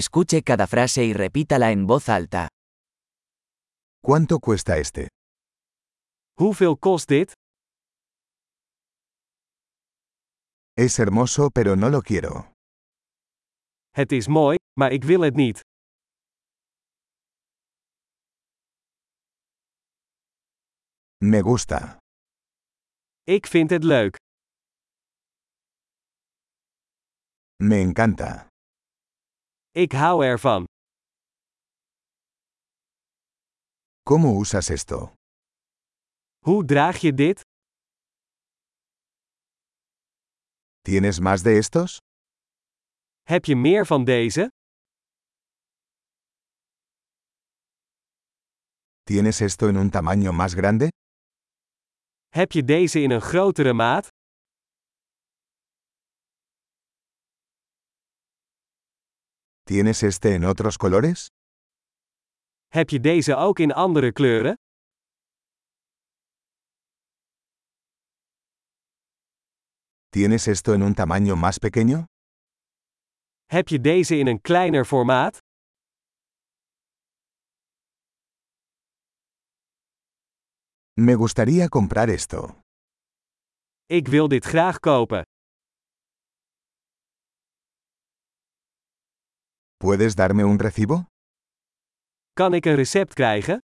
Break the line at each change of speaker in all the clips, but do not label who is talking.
Escuche cada frase y repítala en voz alta.
¿Cuánto cuesta este?
Hoeveel kost dit?
Es hermoso pero no lo quiero.
Het is mooi, maar ik wil het niet.
Me gusta.
Ik vind het leuk.
Me encanta.
Ik hou ervan.
¿Cómo usas esto?
Hoe draag je dit?
¿Tienes más de estos?
Heb je meer van deze?
¿Tienes esto en un tamaño más grande?
Heb je deze in een grotere maat?
¿Tienes este en otros colores?
Heb je deze ook in andere kleuren?
¿Tienes esto en un tamaño más pequeño?
Heb je deze in een kleiner formaat?
Me gustaría comprar esto.
Ik wil dit graag kopen.
¿Puedes darme un recibo?
Kan ik een recept krijgen?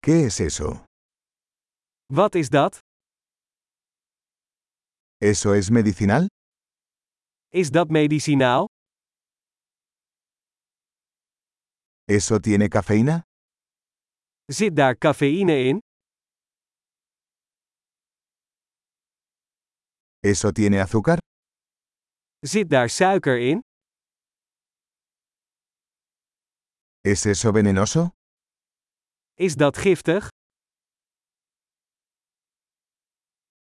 ¿Qué es eso?
Wat is dat?
¿Eso es medicinal?
Is dat medicinaal?
¿Eso tiene cafeína?
Zit daar cafeïne in?
¿Eso tiene azúcar?
Zit daar suiker in?
¿Es eso venenoso?
Is dat giftig?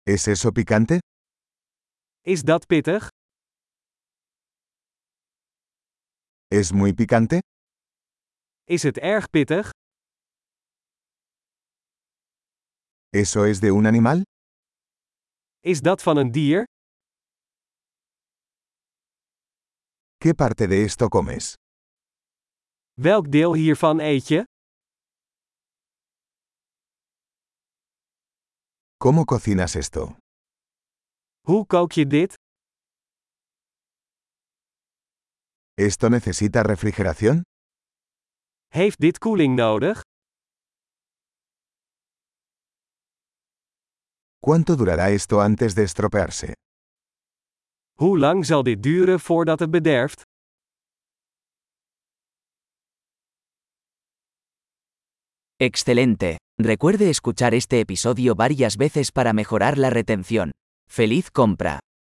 ¿Es eso picante?
Is dat pittig?
¿Es muy picante?
Is het erg pittig?
¿Eso es de un animal?
Is dat van een dier?
¿Qué parte de esto comes?
Welk deel hiervan eet je?
¿Cómo cocinas esto?
Hoe kook je dit?
¿Esto necesita refrigeración?
Heeft dit koeling nodig?
¿Cuánto durará esto antes de estropearse?
Hoe lang zal dit duren voordat het bederft?
Excelente. Recuerde escuchar este episodio varias veces para mejorar la retención. ¡Feliz compra!